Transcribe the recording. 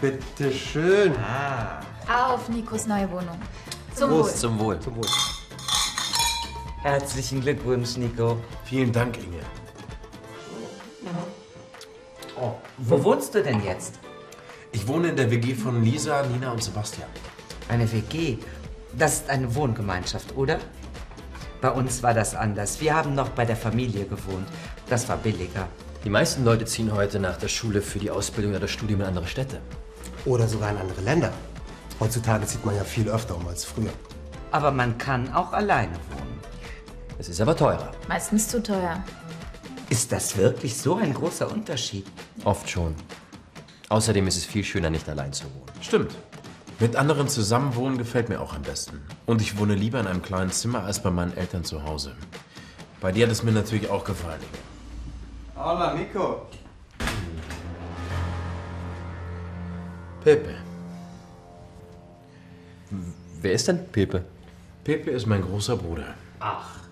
Bitte schön. Auf Nikos neue Wohnung. Zum Prost, Wohl. zum Wohl. Zum Wohl. Herzlichen Glückwunsch, Nico. Vielen Dank, Inge. Wo wohnst du denn jetzt? Ich wohne in der WG von Lisa, Nina und Sebastian. Eine WG. Das ist eine Wohngemeinschaft, oder? Bei uns war das anders. Wir haben noch bei der Familie gewohnt. Das war billiger. Die meisten Leute ziehen heute nach der Schule für die Ausbildung oder das Studium in andere Städte. Oder sogar in andere Länder. Heutzutage zieht man ja viel öfter um als früher. Aber man kann auch alleine wohnen. Es ist aber teurer. Meistens zu teuer. Ist das wirklich so ein großer Unterschied? Oft schon. Außerdem ist es viel schöner, nicht allein zu wohnen. Stimmt. Mit anderen zusammenwohnen gefällt mir auch am besten. Und ich wohne lieber in einem kleinen Zimmer als bei meinen Eltern zu Hause. Bei dir hat es mir natürlich auch gefallen. Hola, Nico. Pepe. Wer ist denn Pepe? Pepe ist mein großer Bruder. Ach,